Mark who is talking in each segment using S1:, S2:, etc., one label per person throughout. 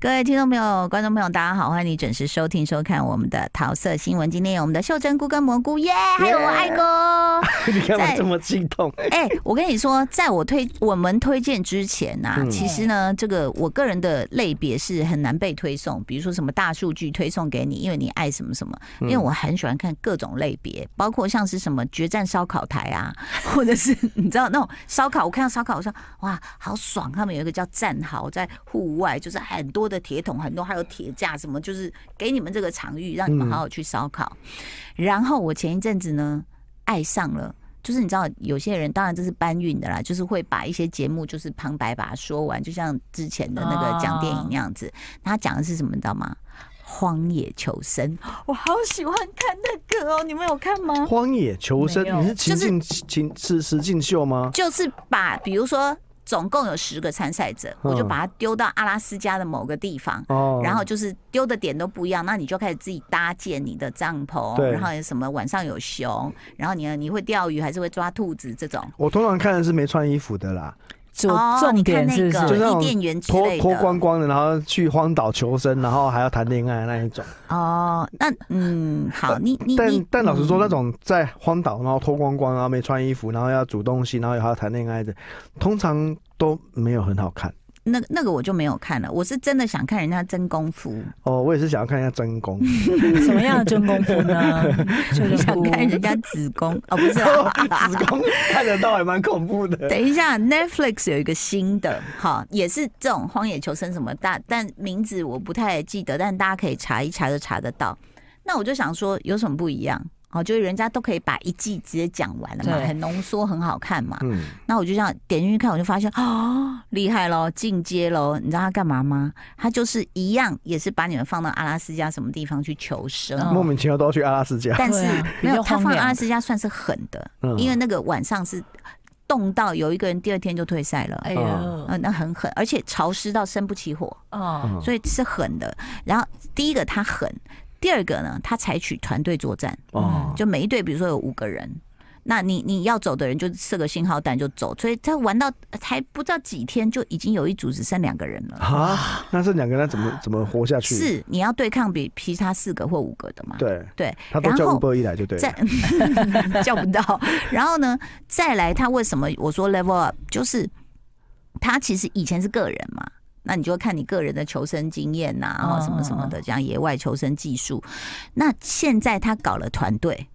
S1: 各位听众朋友、观众朋友，大家好，欢迎你准时收听、收看我们的桃色新闻。今天有我们的秀珍菇跟蘑菇耶还有我爱哥。
S2: 你干嘛
S1: 在
S2: 这么激动？
S1: 哎、我跟你说，在我推我们推荐之前呐、
S2: 嗯
S1: 其实呢，这个我个人的类别是很难被推送，比如说什么大数据推送给你，因为你爱什么什么。因为我很喜欢看各种类别，包括像是什么决战烧烤台啊， 或者是你知道那种烧烤，我看到烧烤，我说哇，好爽！他们有一个叫战壕，在户外就是很多的铁桶，很多还有铁架什么，就是给你们这个场域，让你们好好去烧烤。然后我前一阵子呢，爱上了。就是你知道，有些人当然这是搬运的啦，就是会把一些节目就是旁白把它说完，就像之前的那个讲电影那样子。他讲的是什么，你知道吗？荒野求生，我好喜欢看那个哦，你们有看吗？
S2: 荒野求生
S3: 没，有
S2: 你是情境情是实境秀吗？
S1: 就是把比如说总共有十个参赛者，
S2: 嗯
S1: 我就把它丢到阿拉斯加的某个地方。
S2: 哦，
S1: 然后就是丢的点都不一样，那你就开始自己搭建你的帐篷，
S2: 对
S1: 然后有什么晚上有熊，然后你你会钓鱼还是会抓兔子这种，
S2: 我通常看的是没穿衣服的啦，
S3: 就
S1: 哦
S3: 重点
S1: 你看
S3: 是
S1: 那
S3: 不
S1: 个
S3: 是？
S2: 就是那
S1: 伊
S2: 种
S1: 甸园之
S2: 脱
S1: 类
S2: 脱光
S1: 的
S2: 光的，然后去荒岛求生，然后还要谈恋爱那一种。
S1: 哦，那嗯好，你你
S2: 但
S1: 你
S2: 但老实说，
S1: 嗯
S2: 那种在荒岛然后脱光光，然后没穿衣服，然后要煮东西，然后还要谈恋爱的，通常都没有很好看。
S1: 那个那个我就没有看了，我是真的想看人家真功 夫，
S2: 哦，我也是想要看一下真 功，
S3: 什么样的真功夫呢？ 就
S1: 想看人家子宫哦，不是 啦
S2: 子宫看得到还蛮恐怖的。
S1: 等一下，Netflix 有一个新的，哈，也是这种荒野求生什么大，但名字我不太记得，但大家可以查一查就查得到。那我就想说，有什么不一样？哦，就是人家都可以把一季直接讲完了嘛，
S3: 对
S1: 很浓缩，很好看嘛。
S2: 嗯，
S1: 那我就这样点进去看，我就发现 哦，厉害喽，进阶喽！你知道他干嘛吗？他就是一样，也是把你们放到阿拉斯加什么地方去求生。
S3: 嗯
S2: 莫名其妙都要去阿拉斯加。
S1: 但是
S3: 对啊
S1: 没
S3: 比
S1: 有
S3: 较
S1: 他
S3: 荒
S1: 放
S3: 凉
S1: 阿拉斯加算是狠的，
S2: 嗯
S1: 因为那个晚上是冻到有一个人第二天就退赛了。
S3: 哎呦，
S2: 啊
S1: 嗯、那很狠，而且潮湿到生不起火，
S3: 哦，
S2: 嗯
S1: 所以是狠的。然后第一个他狠，第二个呢，他采取团队作战，
S2: 哦，
S1: 就每一队比如说有五个人，那你你要走的人就射个信号弹就走，所以他玩到还不知道几天，就已经有一组只剩两个人了。
S2: 啊，那这两个人怎么怎么活下去？，
S1: 是你要对抗比其他四个或五个的嘛？
S2: 对，
S1: 对，
S2: 他都叫
S1: 然后
S2: Uber 一来就对了
S1: 再。 叫不到。然后呢，再来，他为什么我说 level up，就是他其实以前是个人嘛，那你就会看你个人的求生经验呐、然后什么什么的，这样野外求生技术。那现在他搞了团队，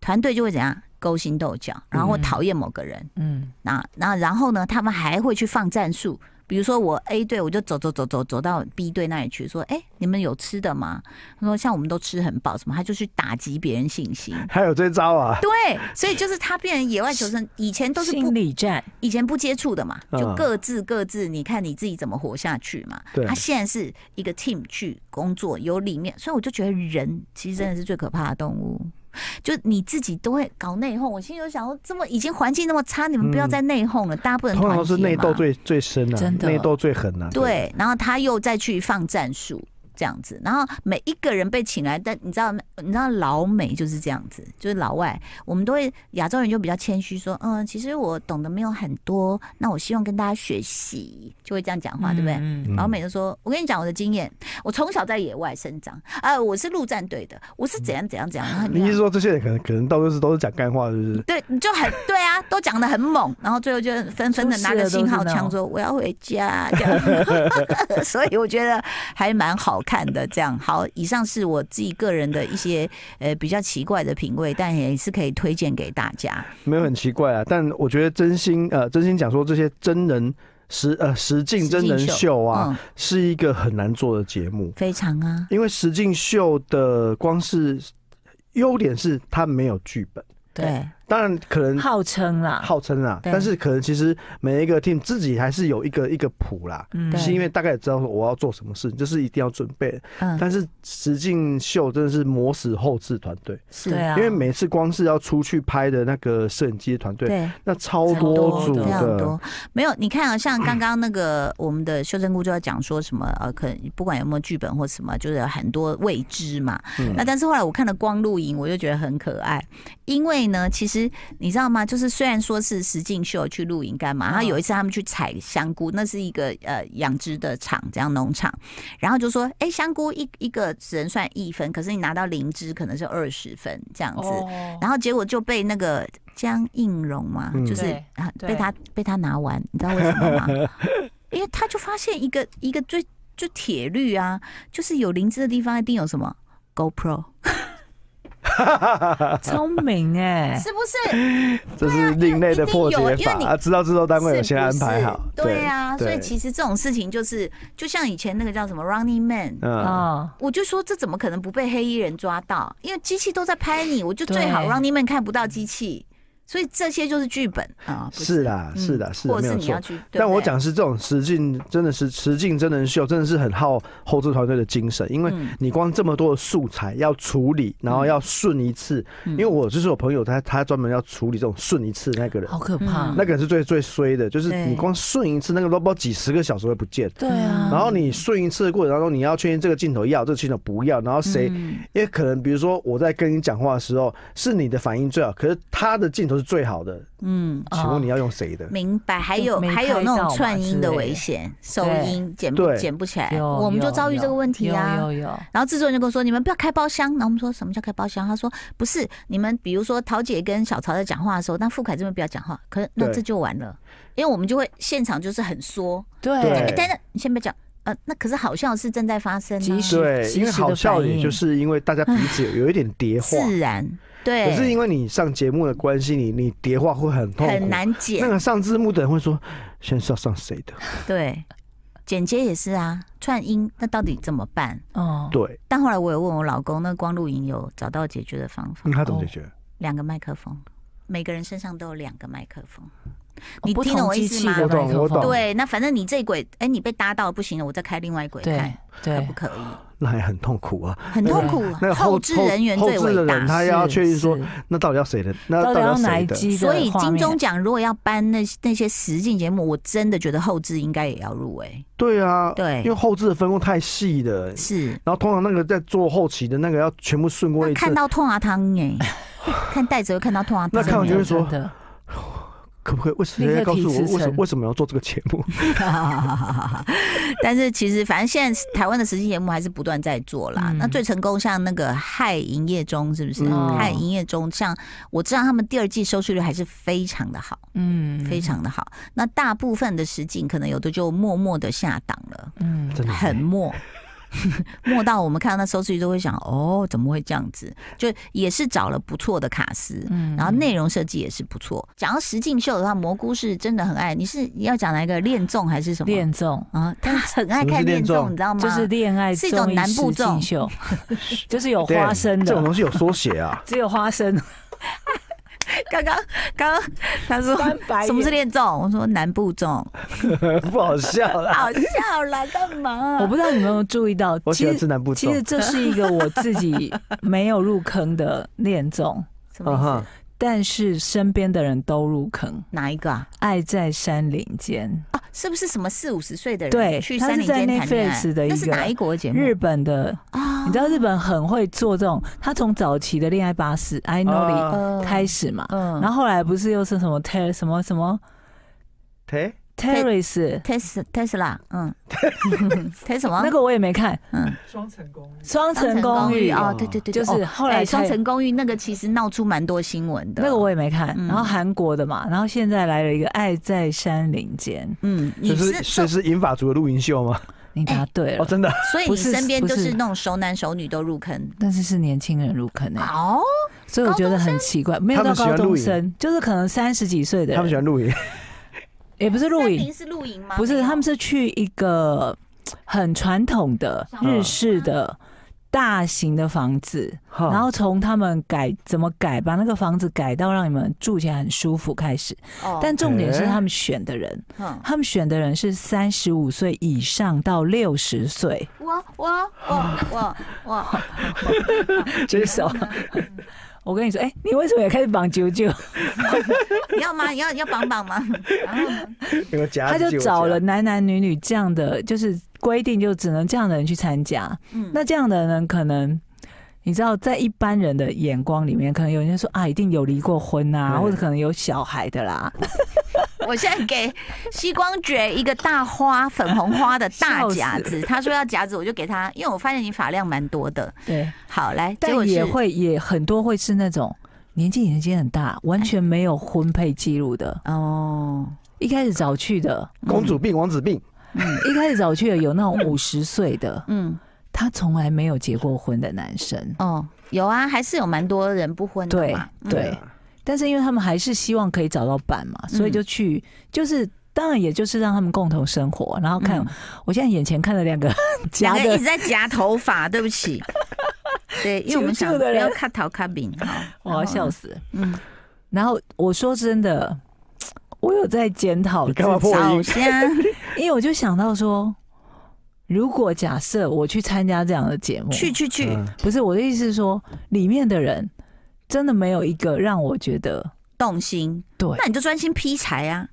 S1: 团队就会怎样勾心斗角，然后
S3: 嗯
S1: 讨厌某个人，
S3: 嗯，
S1: 那那然后呢，他们还会去放战术，比如说我 A 队，我就走走走走走到 B 队那里去，说，哎、你们有吃的吗？他说像我们都吃很饱，什么，他就去打击别人信心。
S2: 还有这招啊！
S1: 对，所以就是他变成野外求生，以前都是不
S3: 心理战，
S1: 以前不接触的嘛，就
S2: 嗯
S1: 各自各自，你看你自己怎么活下去嘛。
S2: 对
S1: 他现在是一个 team 去工作，有里面，所以我就觉得人其实真的是最可怕的动物。就你自己都会搞内讧，我心里就想说，这么已经环境那么差，你们不要再内讧了，大家不能
S2: 嗯通常
S1: 团
S2: 都是
S1: 结
S2: 内斗
S1: 嘛
S2: 最最深啊，
S3: 真的
S2: 内斗最狠啊。
S1: 对，然后他又再去放战术这样子，然后每一个人被请来，但你知道，你知道老美就是这样子，就是老外，我们都会亚洲人就比较谦虚，说，嗯，其实我懂得没有很多，那我希望跟大家学习，就会这样讲话，啊对不对？
S3: 嗯
S2: 嗯
S1: 老美就说：“我跟你讲我的经验，我从小在野外生长，呃，我是陆战队的，我是怎样怎样怎样。”然后
S2: 你意
S1: 就
S2: 思说这些人可能可能到就是都是讲干话，是不是？
S1: 对，你就很对啊，都讲的很猛，然后最后就纷纷的拿个信号枪说我要回家，这样， 所以我觉得还蛮好看的。这样好，以上是我自己个人的一些呃比较奇怪的品味，但也是可以推荐给大家。
S2: 没有很奇怪啊。但我觉得真心呃，真心讲说这些真人实呃实境真人秀啊，
S1: 嗯，
S2: 是一个很难做的节目，
S1: 非常啊，
S2: 因为实境秀的光是优点是它没有剧本，
S3: 对，
S1: 对，
S2: 当然可能
S3: 号称啦，
S2: 号称啊，
S3: 对
S2: 但是可能其实每一个 team 自己还是有一个一个谱啦。
S3: 嗯
S1: 对
S2: 是因为大概也知道我要做什么事，就是一定要准备。
S1: 嗯，
S2: 但是实境秀真的是磨死后置团队，
S1: 是
S3: 对啊，
S2: 因为每次光是要出去拍的那个摄影机团队，
S1: 对。
S2: 那超
S3: 超
S2: 多
S3: 多
S2: 组
S3: 的
S1: 非常
S2: 的
S1: 多，没有你看啊，像刚刚那个我们的修正姑就要讲说什么呃，可能不管有没有剧本或什么，就是有很多未知嘛。
S2: 嗯
S1: 那但是后来我看了光录影，我就觉得很可爱，因为呢，其实实你知道吗？就是虽然说是石进秀去露营干嘛，然后
S3: 嗯
S1: 有一次他们去采香菇，那是一个呃养殖的厂，这样农场，然后就说，哎、香菇一一个只能算一分，可是你拿到灵芝可能是二十分这样子，
S3: 哦，
S1: 然后结果就被那个江映蓉嘛，
S2: 嗯
S1: 就是
S3: 对
S1: 啊
S3: 对
S1: 被他被他拿完，你知道为什么吗？ 因为他就发现一个一个最就铁律啊，就是有灵芝的地方一定有什么 GoPro，
S3: 聪明 哎，
S1: 是不是？
S2: 这是另类的破
S1: 因为
S2: 解
S1: 一定有
S2: 法
S1: 因为你
S2: 啊！知道制作 单位有
S1: 是
S2: 先
S1: 不
S2: 安
S1: 是
S2: 排好，
S1: 对啊，所以
S2: 对
S1: 其实这种事情就是就像以前那个叫什么 Running Man，
S2: 嗯，
S3: 哦，
S1: 我就说这怎么可能不被黑衣人抓到？因为机器都在拍你，我就最好
S3: 对
S1: Running Man 看不到机器，所以这些就是剧本啊，不
S2: 是啦，是啦，是的
S1: 或
S2: 没
S1: 者是
S2: 有
S1: 你
S2: 错
S1: 要。去，对不
S2: 但我
S1: 对
S2: 讲是这种实境，真的是实境真人秀，真的是很耗后置团队的精神，因为
S1: 嗯
S2: 你光这么多的素材要处理，然后要顺一次，
S1: 嗯
S2: 因为我就是我朋友他，他专门要处理这种顺一次那个人，
S3: 好可怕
S1: 嗯，
S2: 那个人是最最衰的，就是
S1: 对
S2: 你光顺一次，那个都不知道几十个小时会不见。
S3: 对啊，
S1: 嗯
S2: 然后你顺一次的过程当中，你要确定这个镜头要，这个镜头不要，然后谁，
S1: 嗯
S2: 因为可能比如说我在跟你讲话的时候，是你的反应最好，可是他的镜头是最好的，
S1: 嗯，
S2: 请问你要用谁的？
S1: 明白。还
S3: 就
S1: 有
S3: 没
S1: 还有
S3: 拍
S1: 那
S3: 到
S1: 种
S3: 嘛
S1: 串
S3: 之
S1: 音的
S3: 类
S1: 危
S3: 的
S1: 险，收
S3: 对
S1: 音捡不
S2: 对
S1: 捡不起来，
S3: 有
S1: 我们就
S3: 有
S1: 遭遇这
S3: 有
S1: 个问题
S3: 有
S1: 啊。
S3: 有有，
S1: 然后制作人就跟我说：“你们不要开包厢。”然后我们说什么叫开包厢？他说：“不是，你们比如说桃姐跟小曹在讲话的时候，但傅凯这边不要讲话，可那
S2: 对
S1: 这就完了，因为我们就会现场就是很缩。
S2: 对
S1: 哎，等等，你先别讲，呃，那可是好笑的事正在发生、啊，
S3: 即时
S2: 对，
S3: 及
S2: 因为
S3: 时的
S2: 好笑，
S3: 反
S2: 也
S3: 应
S2: 就是因为大家彼此有有一点叠 化，
S1: 自然，对，
S2: 可是因为你上节目的关系，你你叠化会很痛苦，
S1: 很难
S2: 那
S1: 剪，
S2: 个上字幕的人会说，现在是要上谁的？
S1: 对，剪接也是啊，串音那到底怎么办？
S3: 哦，
S2: 对，
S1: 但后来我有问我老公，那光露营有找到解决的方
S3: 哦
S1: 法，
S2: 嗯他怎么解决？
S1: 两个麦克风，每个人身上都有两个麦克风。
S3: 哦
S1: 你
S3: 不
S1: 听
S3: 同
S1: 懂我意
S3: 机
S1: 思
S3: 器
S1: 吗
S3: 的
S2: 我懂
S3: 麦克
S2: 我
S3: 风
S2: 懂
S1: 对，那反正你这一轨，哎、你被搭到不行了，我再开另外一轨
S3: 对
S1: 看，可
S3: 对
S1: 不，可以？
S2: 那也很痛苦啊。
S1: 很痛苦啊，
S2: 那个
S1: 后
S2: 后
S1: 置人员最
S2: 后置
S1: 伟
S2: 的人
S1: 大。
S2: 他要
S3: 是
S2: 确定说
S3: 是，
S2: 那到底要谁的？那
S3: 到
S2: 底
S3: 底
S2: 要
S3: 要哪
S2: 谁
S3: 一
S2: 的？
S3: 机的
S1: 所以
S3: 画
S1: 金
S3: 面
S1: 钟奖如果要颁那那些实境节目，我真的觉得后置应该也要入哎围。
S2: 对啊，
S1: 对
S2: 因为后置的分工太细了。
S1: 是，
S2: 然后通常那个在做后期的那个要全部顺过
S1: 那
S2: 一
S1: 看
S2: 次，
S1: 到痛啊汤哎， 看袋子会看到痛啊汤
S2: 那
S1: 欸。
S2: 看完就会说
S3: 嗯真的
S2: 可不可以？为什
S3: 立
S2: 么
S3: 刻
S2: 要告
S3: 提
S2: 诉我为
S3: 辞
S2: 什
S3: 呈
S2: 么为什么要做这个节目？
S1: 但是其实，反正现在台湾的实境节目还是不断在做啦。
S3: 嗯
S1: 那最成功像那个《嗨营业中》，是不是？
S2: 嗯
S1: 嗨营业中》像我知道他们第二季收视率还是非常的好，
S3: 嗯
S1: 非常的好。那大部分的实境可能有的就默默的下档了，
S3: 嗯
S2: 真的
S1: 很默。 默到我们看到那收视率都会想，哦，怎么会这样子？就也是找了不错的卡司，
S3: 嗯
S1: 然后内容设计也是不错。讲到实境秀的话，蘑菇是真的很爱。你是你要讲哪一个恋综还是什么？
S3: 恋综。
S1: 啊，他很爱
S2: 什么
S1: 看
S2: 是恋
S1: 恋综，
S2: 综
S1: 你知道吗？
S3: 就是恋爱
S1: 是一种
S3: 综艺
S1: 南部
S3: 实境
S1: 粽
S3: 秀， 就是有花
S2: Damn，
S3: 生
S2: 这种
S3: 的，。
S2: 东西有缩写啊
S3: 只有花生。
S1: 刚刚刚刚他说
S3: 翻 白眼
S1: 什么是恋综？我说南部 粽，
S2: 不好笑
S3: 哦
S2: 啦。
S1: 好笑啦，干嘛啊、
S3: 我不知道你们有没有注意到，
S2: 我喜
S3: 其
S2: 欢吃
S3: 实
S2: 南部
S3: 其
S2: 粽，
S3: 实这是一个我自己没有入坑的恋综，
S1: 什么
S2: 嗯
S1: 意思、
S2: 哼，
S3: 但是身边的人都入坑。
S1: 哪一个啊？
S3: 爱在山林间，
S1: 啊，是不是什么四五十岁的人
S3: 对
S1: 去
S3: 他是
S1: 山林间
S3: 在
S1: 谈恋爱？
S3: Netflix 的一
S1: 那是
S3: 个
S1: 哪一国的节目？
S3: 日本的，
S1: 啊，
S3: 你知道日本很会做这种，他从早期的恋爱巴士 I Know
S1: 呃
S3: 里开，始嘛，
S1: 嗯，
S3: 然
S1: 后
S3: 后后来不是又是什么 Ter 什么什么
S2: 对，
S3: Terrace，
S1: Tesla Tesla，嗯 ，Tesla 什么？
S3: 那个我也没看，
S1: 嗯，
S3: 双层公寓
S1: 哦，对对对，对
S3: 就是
S1: 哦
S3: 后来
S1: 哎双
S3: 才
S1: 层公寓那个其实闹出蛮多新闻的。
S3: 那个我也没看，
S1: 嗯
S3: 然后韩国的嘛，然后现在来了一个《爱在山林间》，
S1: 嗯，
S2: 就
S1: 你
S2: 是
S1: 是
S2: 所以是银发族的露营秀吗？
S3: 你答对啊了，
S2: 哦，真的，
S1: 所以
S3: 不
S1: 你
S3: 是
S1: 身边
S3: 不
S1: 就是是那种熟男熟女都入坑。
S3: 但是是年轻人入坑诶、
S1: 哦，
S3: 所以我觉得很奇怪，没有到
S2: 他们喜欢
S3: 高中
S2: 露营
S3: 生，就是可能三十几岁的
S2: 他们喜
S3: 人，
S2: 欢露 营，
S3: 也不是露
S1: 山
S3: 营，
S1: 林是露营吗？
S3: 不
S1: 没
S3: 是，
S1: 有
S3: 他们是去一个很传统的
S1: 小
S2: 房
S3: 日
S2: 子
S3: 式的大型的房子，然
S2: 然
S3: 后从他们改怎么改，把那个房子改到让你们住起来很舒服开始。
S1: 哦，
S3: 但重点是
S2: 诶
S3: 他们选的人，
S1: 嗯
S3: 他们选的人是三十五岁以上到六 十岁，
S1: 我我我我我，
S3: 举手。 我跟你说，哎、你为什么也开始绑啾 啾？
S1: 你要吗？你要要绑绑 吗？然后呢
S2: 有个夹
S3: 他
S2: 子
S3: 就
S1: 啊
S2: 借我
S3: 找
S2: 夹
S3: 了男男女女这样的，就是规定就只能这样的人去参加。
S1: 嗯
S3: 那这样的人可能你知道，在一般人的眼光里面，可能有人说啊，一定有离过婚啊，
S2: 对
S3: 或者可能有小孩的啦，
S1: 我现在给西光爵一个大花粉红花的大夹子，他说要夹子，我就给他，因为我发现你发量蛮多的。
S3: 对，
S1: 好，来，结果
S3: 但
S1: 是
S3: 也会也很多会是那种年纪已经很大，完全没有婚配记录的，
S1: 哦，
S3: 一开始早去的，
S2: 公主病、王子病，
S3: 一开始早去的有那种五十岁的，
S1: 嗯，
S3: 他从来没有结过婚的男生，
S1: 哦，有啊，还是有蛮多人不婚的
S3: 对
S1: 嘛。嗯
S3: 对，
S2: 啊
S3: 但是因为他们还是希望可以找到伴嘛，所以就去，就是当然也就是让他们共同生活，然后看、
S1: 嗯
S3: 我现在眼前看了两个
S1: 两
S3: 夹
S1: 个人一
S3: 的
S1: 直，在夹头发，对不 起。对，因为我们想
S3: 啾啾
S1: 不
S3: 的人哦
S1: 要看桃卡饼，好，
S3: 我要笑
S1: 死。
S3: 死。
S1: 嗯，
S3: 然后我说真的，我有在检讨
S2: 你
S3: 自
S2: 干嘛破
S3: 己，
S1: 好
S2: 音？
S1: 先
S3: 因为我就想到说，如果假设我去参加这样的节目，
S1: 去去去，
S2: 嗯
S3: 不是我的意思是说，里面的人真的没有一个让我觉得
S1: 动心。
S3: 对。
S1: 那你就专心劈柴 啊！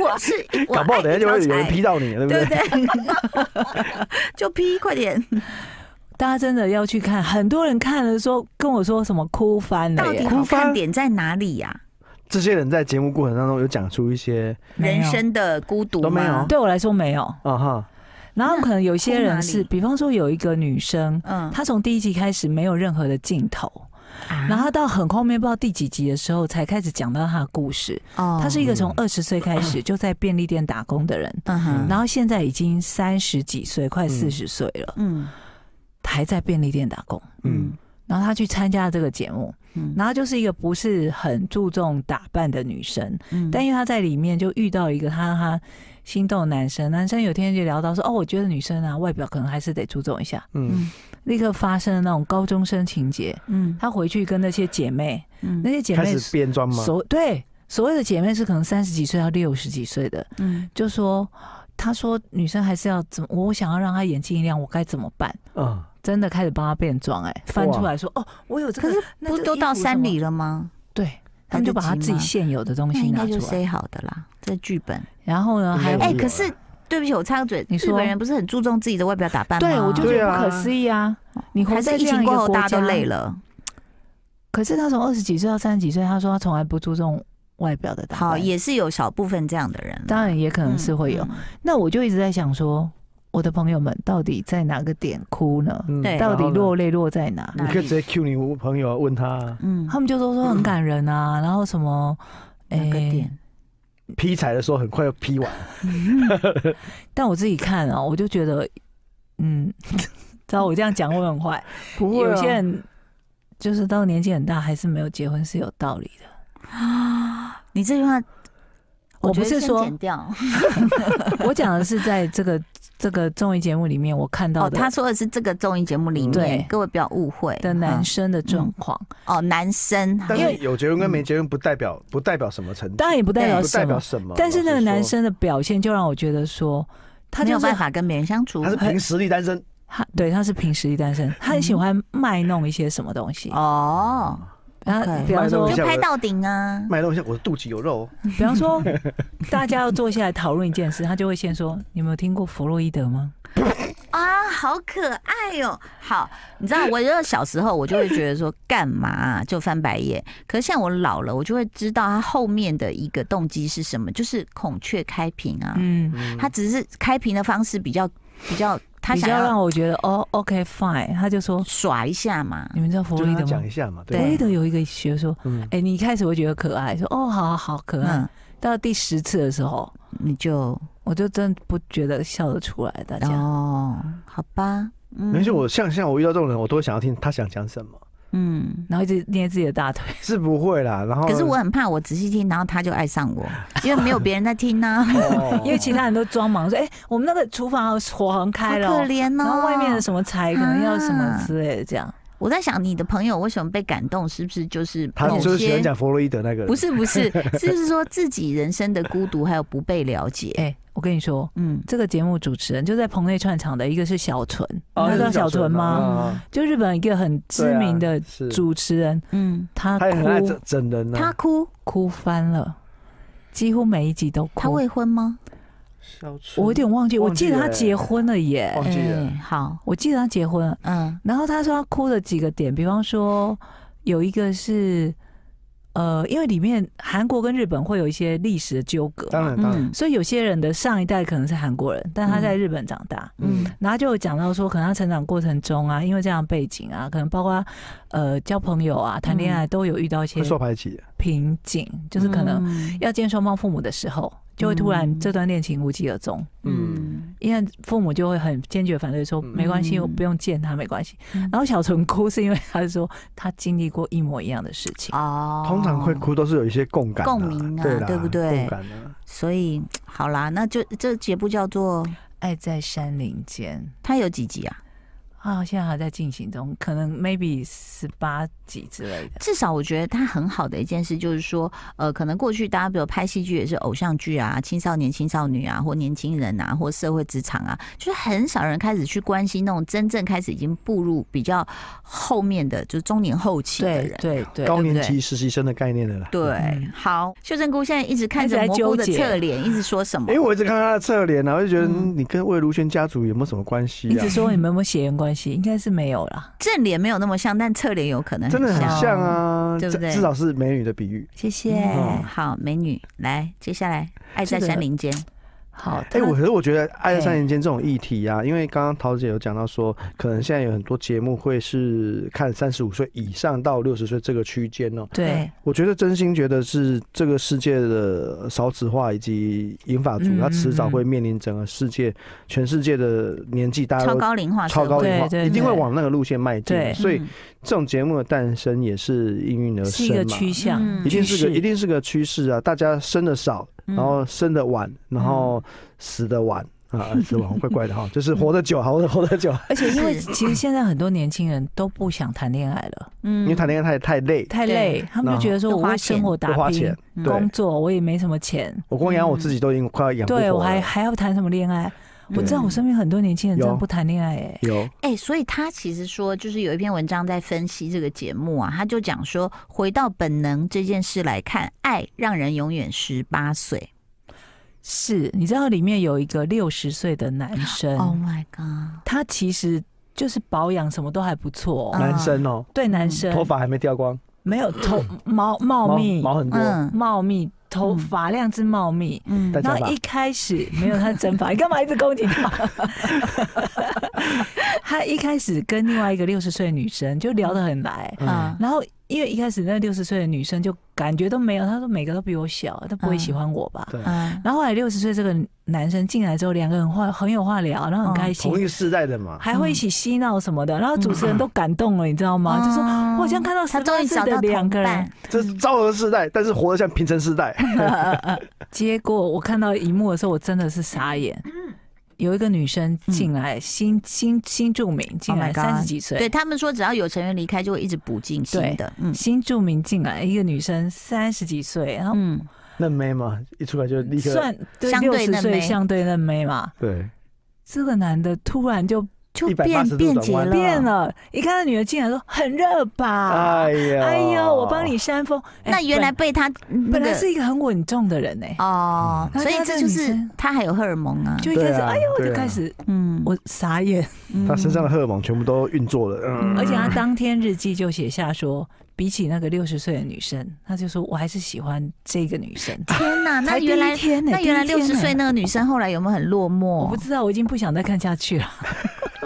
S1: 我是我
S2: 搞不好
S1: 爱
S2: 等下就会有
S1: 劈
S2: 人
S1: 柴
S2: 批到你，对不
S1: 对
S2: 对
S1: 不？对？ 就批，快点！
S3: 大家真的要去看，很多人看了说跟我说什么哭翻
S1: 到
S3: 了
S1: 底
S3: 耶，
S1: 好
S2: 哭翻
S1: 看点在哪里呀、
S2: 这些人在节目过程当中有讲出一些
S3: 没
S1: 人
S3: 有
S1: 生的孤独
S2: 都没
S1: 吗
S2: 有？
S3: 对我来说没有。
S2: 啊哈，
S3: 然后可能有一些人
S1: 哭哪
S3: 是，
S1: 里
S3: 比方说有一个女生，
S1: 嗯，
S3: 她从第一集开始没有任何的镜头，
S1: 啊
S3: 然后她到很后面不知道第几集的时候才开始讲到她的故事。
S1: 哦
S3: 她是一个从二十岁 开始就在便利店打工的人，
S1: 嗯哼，
S3: 然后现在已经三十几岁，快四十岁了，
S1: 嗯
S3: 还在便利店打工。
S1: 嗯
S2: 嗯
S3: 然后她去参加这个节目，
S1: 嗯，
S3: 然后就是一个不是很注重打扮的女生，
S1: 嗯
S3: 但因为她在里面就遇到一个她她心动的男生，男生有天就聊到说，哦，我觉得女生啊外表可能还是得注重一下，
S2: 嗯，
S3: 立刻发生了那种高中生情节。
S1: 嗯
S3: 她回去跟那些姐妹，
S1: 嗯
S3: 那些姐
S2: 开
S3: 妹
S2: 始变装嘛，
S3: 所对所谓的姐妹是可能三十几岁到六十几岁的，
S1: 嗯
S3: 就说她说女生还是要怎么，我想要让她眼睛一亮，我该怎么办？
S2: 啊，
S3: 真的开始帮她变装，哎，翻出来说，哦，我有这个
S1: 可，
S3: 那
S1: 不
S3: 这个
S1: 都
S3: 衣
S1: 到
S3: 服
S1: 山
S3: 什么
S1: 里了吗？
S3: 对。他们就把
S1: 来
S3: 她
S1: 得及
S3: 自己
S1: 吗
S3: 现有的东
S1: 那
S3: 西
S1: 应
S3: 拿
S1: 该就
S3: 出来，
S1: 塞好的啦，这剧本。
S3: 然后呢，
S2: 应该
S3: 还
S2: 有
S1: 哎、
S2: 有
S1: 可
S2: 啊
S1: 是对不起，我插个嘴，
S3: 你
S1: 日
S3: 说
S1: 本人不是很注重自己的外表打扮吗？
S3: 对，我就觉
S2: 对
S3: 得
S2: 啊
S3: 不可思议啊！你活
S1: 还
S3: 在
S1: 是
S3: 这
S1: 疫
S3: 样
S1: 情
S3: 一
S1: 过
S3: 个
S1: 后
S3: 国
S1: 大
S3: 家
S1: 家都累。了。
S3: 可是他从二十几岁到三十几岁，他说他从来不注重外表的打扮。
S1: 好，也是嗯有少部分这样的人啦，
S3: 当然也可
S1: 可
S3: 能是会有。那我就一直在想说，我的朋友们到底在哪个点哭呢？
S2: 嗯
S1: 对嗯
S3: 到底
S2: 然后呢
S3: 落泪落在哪？
S1: 哪
S2: 你
S1: 里
S2: 可以直接 Q 你朋友啊问他
S1: 嗯，
S3: 他们就都说很感人啊，然后什么，
S1: 哪个
S3: 哎
S1: 点？
S2: 劈柴的时候很快就劈完，
S3: 但我自己看啊，我就觉得，嗯， 知道我这样讲会很坏。
S2: 不
S1: 啊
S3: 有些人就是到年纪很大还是没有结婚是有道理的。
S1: 你这句话，
S3: 我
S1: 觉
S3: 不
S1: 得
S3: 是
S1: 先
S3: 说
S1: 剪掉
S3: 我讲的是在这个这个综艺节目里面我看到
S1: 哦，
S3: 的、
S1: 他说的是这个综艺节目里
S3: 对
S1: 面，各位不要误会
S3: 的男生的状况，
S1: 哦，男生，
S2: 但
S1: 因
S2: 是
S1: 为
S2: 有结婚跟没结婚不代表不代表什么成绩，
S3: 嗯当然也不代表
S2: 不代
S3: 什
S2: 表
S3: 么，
S2: 什么。
S3: 但是那个
S2: 老
S3: 男
S2: 实说，
S3: 生的表现就让我觉得说，他
S1: 没
S3: 就
S1: 有
S3: 是
S1: 办法跟别人相处
S2: 他是凭实力单身，
S3: 他对他是凭实力单身，他很喜欢卖弄一些什么东西，
S1: 哦，
S3: 然后
S1: OK
S3: 比方说
S2: 卖弄
S1: 就
S2: 一下
S1: 拍到顶啊，
S2: 卖弄一下我的肚脐有 肉，
S3: 比方说大家要坐下来讨论一件事，他就会先说你有没有听过弗洛伊德吗？
S1: 啊，好可爱哟、好，你知 道，我就小时候我就会觉得说干嘛啊、就翻白眼，可是像我老了，我就会知道他后面的一个动机是什么，就是孔雀开屏啊，
S3: 嗯，
S1: 他只是开屏的方式比较比较，他
S3: 比
S1: 想
S3: 较
S1: 要
S3: 让我觉得哦，OK fine，他就说
S1: 耍一下嘛。
S3: 你们知道弗
S2: 就
S3: 洛伊
S2: 跟他
S3: 德吗
S2: 讲一？下嘛，
S3: 弗洛伊
S2: 吧？
S3: 德有一个学说，
S2: 嗯，
S3: 哎、你一开始会觉得可爱，说哦，好好好可爱，
S1: 嗯，
S3: 到第十次的时候，
S1: 你就
S3: 我就真的不觉得笑得出来，大家。
S1: 哦，好吧，嗯，
S2: 没事，我像像我遇到这种人，我都会想要听他想讲什 么，
S1: 嗯。
S3: 然后一直捏自己的大腿，
S2: 是不会啦。然后
S1: 可是我很怕我仔细听，然后他就爱上我，因为没有别人在听呐、啊，
S2: 哦
S3: 因为其他人都装忙说：“哎、我们那个厨房火好像
S1: 好
S3: 开了哦、
S1: 可怜哦。
S3: 然后外面的什么柴可能要什么之类的，这样。
S1: 我在想，你的朋友为什么被感动？是不是就是
S2: 他
S1: 某
S2: 就是喜
S1: 些
S2: 欢？讲弗洛伊德那个人，
S1: 不是不是，是就是说自己人生的孤独还有不被了解
S3: 哎、。我跟你说，
S1: 嗯，
S3: 这个节目主持人就在棚内串场的一个是小纯，
S2: 哦
S3: 你知道
S2: 是小
S3: 小
S2: 纯
S3: 纯吗？
S2: 吗？嗯
S3: 就日本一个很知名的
S2: 啊是，
S3: 主持人，
S1: 嗯，
S3: 他
S2: 啊他也很爱嗯
S3: 哭
S2: 整整人呢啊
S1: 他。哭，
S3: 哭翻了，几乎每一集都
S1: 他
S3: 哭。
S1: 未婚吗？
S2: 小春，
S3: 我有点忘记，我
S2: 忘记
S3: 记得他
S2: 了哦
S3: 结婚了耶，
S2: 忘记了
S1: 哎好，
S3: 我记得他结婚了，
S1: 嗯
S3: 然后他说他哭的几个点，比方说有一个是，呃，因为里面韩国跟日本会有一些历史的纠葛，
S2: 当然当然，
S1: 嗯
S3: 所以有些人的上一代可能是韩国人，但他在日本长大。
S1: 嗯
S3: 然后就有讲到说，可能他成长过程中啊，因为这样的背景啊，可能包括呃交朋友啊、谈恋爱都有遇到一些
S2: 会受排挤的，
S3: 瓶颈，就是可能
S1: 嗯嗯
S3: 要见双方父母的时候，就会突然
S1: 嗯
S3: 这段恋情无疾而终，
S1: 嗯，
S3: 因为父母就会很坚决反对说
S2: 嗯
S3: 没关系，
S1: 嗯
S3: 我不用见他，没关系。
S1: 嗯
S3: 然后小纯哭是因为他说他经历过一模一样的事情，
S1: 哦，
S2: 通常会哭都是有一些共感啊、
S1: 共鸣啊
S2: 对啦
S1: 对不对
S2: 共感啊，
S1: 所以好啦，那就这节目叫做
S3: 《爱在山林间》。
S1: 它有几集啊？
S3: 啊，现在还在进行中，可能 maybe 十八集之类的。
S1: 至少我觉得它很好的一件事就是说，呃，可能过去大家比如拍戏剧也是偶像剧啊，青少年、青少女啊，或年轻人啊，或社会职场啊，就是很少人开始去关心那种真正开始已经步入比较后面的，就是中年后期的人。
S3: 对对
S2: 高
S1: 不
S2: 年
S1: 对
S2: 级实习生的概念的啦。
S1: 对
S3: 嗯，
S1: 好，秀珍菇现在一直看着
S3: 开始在
S1: 蘑菇的
S3: 纠结
S1: 侧脸，一直说什么
S2: 因为？我一直看他的侧脸啊，我就觉得
S1: 嗯
S2: 你跟魏如萱家族有没有什么关系
S3: 你
S2: 啊
S3: 只？说你们有没有血缘关系？应该是没有啦。
S1: 正脸没有那么像，但侧脸有可能
S2: 真的很
S1: 像。
S2: 像啊，
S1: 对不
S2: 至
S1: 对
S2: 至少是美女的比喻。
S1: 谢谢，
S2: 嗯
S1: 好美女，来，接下来爱在
S3: 这个
S1: 山林间，
S3: 好，
S2: 哎、
S3: 他
S2: 我可是我觉得《爱在三年间》这种议题啊，因为刚刚桃姐有讲到说，可能现在有很多节目会是看三十五岁以上到六十岁这个区间哦。
S3: 对
S2: 我觉得真心觉得是这个世界的少子化以及银发族，
S3: 嗯
S2: 它迟早
S3: 嗯嗯
S2: 会面临整个世界、全世界的年纪，大家
S1: 超
S2: 都
S1: 高龄化社
S2: 啊超
S1: 会，
S2: 高龄化，
S3: 对对
S2: 一定会
S3: 对
S2: 往那个路线迈进。
S3: 对
S2: 所以
S1: 嗯
S2: 这种节目的诞生也是应运而
S3: 是一个
S2: 生嘛。
S3: 趋向
S1: 嗯，
S2: 一定
S3: 趋
S2: 是个
S3: 势
S2: 一定是个趋势啊！大家生的少，
S3: 嗯
S2: 然后生的晚，然后死的晚 啊，死得晚怪怪的哈，就是活得久， 活得活得久，
S3: 而且因为
S1: 是
S3: 其实现在很多年轻人都不想谈恋爱了，
S1: 嗯
S2: 因为谈恋爱太太累，
S3: 太
S1: 对
S3: 累，他们就觉得说
S1: 又
S3: 我
S1: 花
S3: 为生活
S2: 又花
S3: 打拼
S2: 钱，，对
S3: 工。作我也没什么钱，
S2: 我光养我自己都已经快要养不活
S3: 对
S2: 了。嗯
S3: 我还还要谈什么恋爱？我知道我身边很多年轻人真的不谈恋爱，哎，
S2: 有
S1: 哎、所以他其实说，就是有一篇文章在分析这个节目啊，他就讲说，回到本能这件事来看，爱让人永远十八岁。
S3: 是你知道里面有一个六十岁的男
S1: Oh
S2: 哦
S3: 生，
S1: my god！
S3: 他其实就是保养什么都还不错哦，
S1: 嗯
S2: 男生哦，
S3: 对男生
S2: 头发还没掉光，
S3: 没有头 毛茂
S2: 毛
S3: 密
S2: 毛很多，
S1: 嗯
S3: 茂密，头
S1: 嗯
S3: 发量之茂密。
S1: 嗯
S2: 大，家
S3: 然
S2: 假
S3: 后
S2: 发
S3: 一开始没有他真 发，你干嘛一直攻击他？ 他一开始跟另外一个六十岁的女生就聊得很来，
S1: 嗯
S3: 然后因为一开始那六十岁的女生就感觉都没有，她说每个都比我小，她不会喜欢我吧？
S2: 对，
S1: 嗯，
S3: 然后后来六十岁这个男生进来之后，两个人话很有话聊，然后很开
S1: 嗯
S3: 心
S2: 同一，个世代的 嘛，
S3: 还会一起嬉闹什么的，然后主持人都感动了，你知道吗？就说
S1: 嗯
S3: 我好像看到
S1: 他
S3: 十
S1: 终
S3: 八
S1: 于
S3: 岁
S1: 找到
S3: 的两
S1: 同
S3: 个人
S1: 伴，，
S2: 这是昭和世代，但是活得像平成世 代，
S3: 结果我看到一幕的时候，我真的是傻眼。有一个女生进来，新新新住民进
S1: Oh
S3: 来，
S1: my God
S3: 三十几岁，
S1: 对他们说，只要有成员离开，就会一直补进新的。嗯
S3: 新住民进来一个女生三十几岁，然后
S1: 嗯，
S2: 嫩妹嘛，一出来就立刻
S3: 算对
S1: 相
S3: 六
S1: 对
S3: 十
S1: 嫩
S3: 岁
S1: 妹
S3: 相对嫩妹嘛，
S2: 对，
S3: 这个男的突然就
S1: 就
S2: 180
S1: 变
S2: 度
S1: 便
S2: 转
S1: 捷
S2: 弯
S1: 了，
S3: 变。了，
S1: 嗯
S3: 一看到女的进来说很热吧，
S2: 哎呀，
S3: 哎呦，我帮你扇风。哎
S1: 那原来
S3: 本
S1: 被他嗯那
S3: 本来
S1: 个
S3: 是一个很稳重的人呢，
S1: 哦，
S3: 嗯
S1: 所以
S3: 他
S1: 这
S3: 跟
S1: 就
S3: 女
S1: 是
S3: 生
S1: 他还有荷尔蒙啊。
S3: 就一开始
S2: 对啊
S3: 哎呦，我
S2: 对
S3: 就
S2: 啊
S3: 开始
S1: 嗯，
S3: 我傻眼。
S1: 嗯
S2: 他身上的荷尔蒙全部都运作了，嗯，
S3: 而且他当天日记就写下说，比起那个六十岁的女生，他就说我还是喜欢这个女生。
S1: 天哪，啊那
S3: 才第一
S1: 原来
S3: 天呢、
S1: 那原来
S3: 第一
S1: 六
S3: 天
S1: 十
S3: 呢
S1: 岁那个女生后来有没有很落
S3: 我
S1: 寞
S3: 不？知道，我已经不想再看下去了。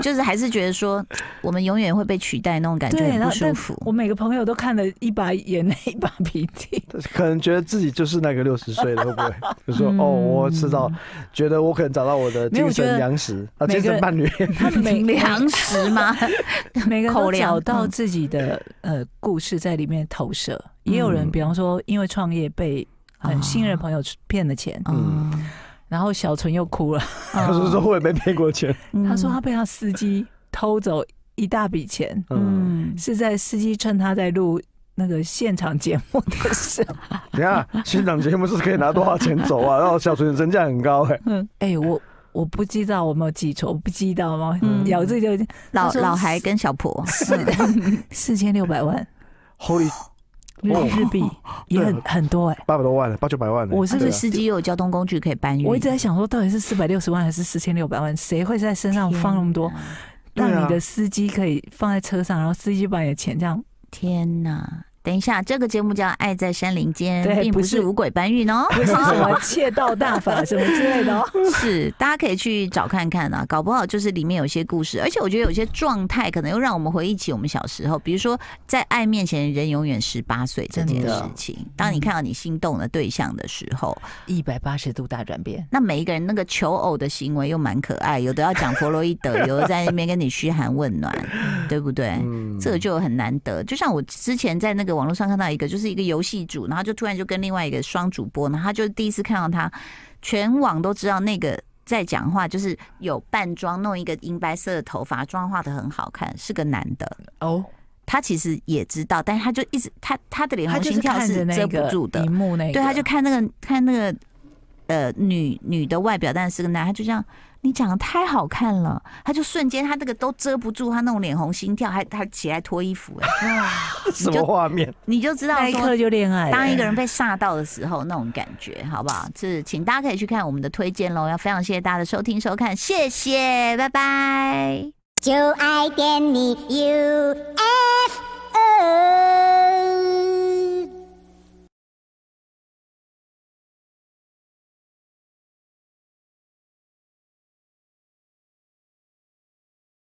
S1: 就是还是觉得说我们永远会被取代那种感觉
S3: 对，
S1: 很
S3: 然
S1: 不
S3: 后
S1: 舒
S3: 但
S1: 服。
S3: 我每个朋友都看了一把眼泪一把鼻 涕。
S2: 可能觉得自己就是那个六十岁的，会不会？就说
S3: 嗯
S2: 哦，我迟早觉得我可能找到我的
S3: 没
S2: 精
S3: 有我觉得
S2: 神粮食啊，
S3: 每
S2: 精
S3: 个
S2: 神伴侣。
S3: 他们每
S1: 粮食 吗？
S3: 每个人
S1: 口
S3: 都
S1: 粮
S3: 找到
S1: 嗯
S3: 自己的呃故事在里面投射，也有人
S2: 嗯
S3: 比方说因为创业被很信任的朋友骗了钱，
S1: 嗯，
S3: 然后小纯又哭了，
S2: 他说说
S1: 嗯
S2: 会被骗过钱，
S3: 他说他被他司机偷走一大笔钱，
S2: 嗯，
S3: 是在司机趁他在录那个现场节目的时候。
S2: 等一下现场节目是可以拿多少钱走啊？然后小纯的身价很高哎，
S3: 哎、我我不知道我有没有记错，我不知道吗？
S1: 嗯
S3: 咬字就
S1: 老
S3: 他说
S1: 老孩跟小婆
S3: 四四千六百万，
S2: ，Holy
S3: 日
S2: 哦
S3: 日币也很很多哎、
S2: 八百多万了，八九百万了。
S3: 我是
S1: 是
S3: 不
S1: 不
S3: 是
S1: 是
S2: 对啊
S1: 司机又有交通工具可以搬运？
S3: 我一直在想说，到底是四百六十万还是四千六百万？谁会在身上放那么多？
S2: 天哪
S3: 让你的司机可以放在车上，然后司机把你的钱这样
S1: 天哪！等一下，这个节目叫《爱在山林间
S3: 对》，
S1: 并
S3: 不
S1: 不
S3: 是
S1: 是五鬼搬运哦，
S3: 不 是什么窃盗大法什么之类的、哦。
S1: 是大家可以去找看看啊，搞不好就是里面有些故事，而且我觉得有些状态可能又让我们回忆起我们小时候，比如说在爱面前人永远十八岁这件
S3: 真的
S1: 事情。当你看到你心动的对象的时候，
S3: 一百八十度大转变，
S1: 那每一个人那个求偶的行为又蛮可爱，有的要讲弗洛伊 德，有的在那边跟你嘘寒问暖，对不对？
S2: 嗯
S1: 这个就很难得。就像我之前在那个网络上看到一个，就是一个游戏主，然后就突然就跟另外一个双主播，然后他就第一次看到他，全网都知道那个在讲话，就是有扮装，弄一个银白色的头发，妆化的很好看，是个男的。
S3: 哦，
S1: 他其实也知道，但他就一直他他的脸
S3: 他
S1: 红
S3: 就
S1: 心
S3: 是
S1: 跳
S3: 看着
S1: 是
S3: 那
S1: 遮不
S3: 个
S1: 住的
S3: 荧，幕那个，
S1: 对，他就看那个看那个呃女女的外表，但是个男，他就这样，你长得太好看了，他就瞬间他那个都遮不住他那种脸红心跳，还还起来脱衣服、哎，
S2: 什么画面？
S1: 你就知道
S3: 那一刻
S1: 说。
S3: 就恋爱了。欸
S1: 当一个人被吓到的时候，那种感觉，好不好？是，请大家可以去看我们的推荐喽。要非常谢谢大家的收听收看，谢谢，拜拜。
S4: 就爱点你 UFO。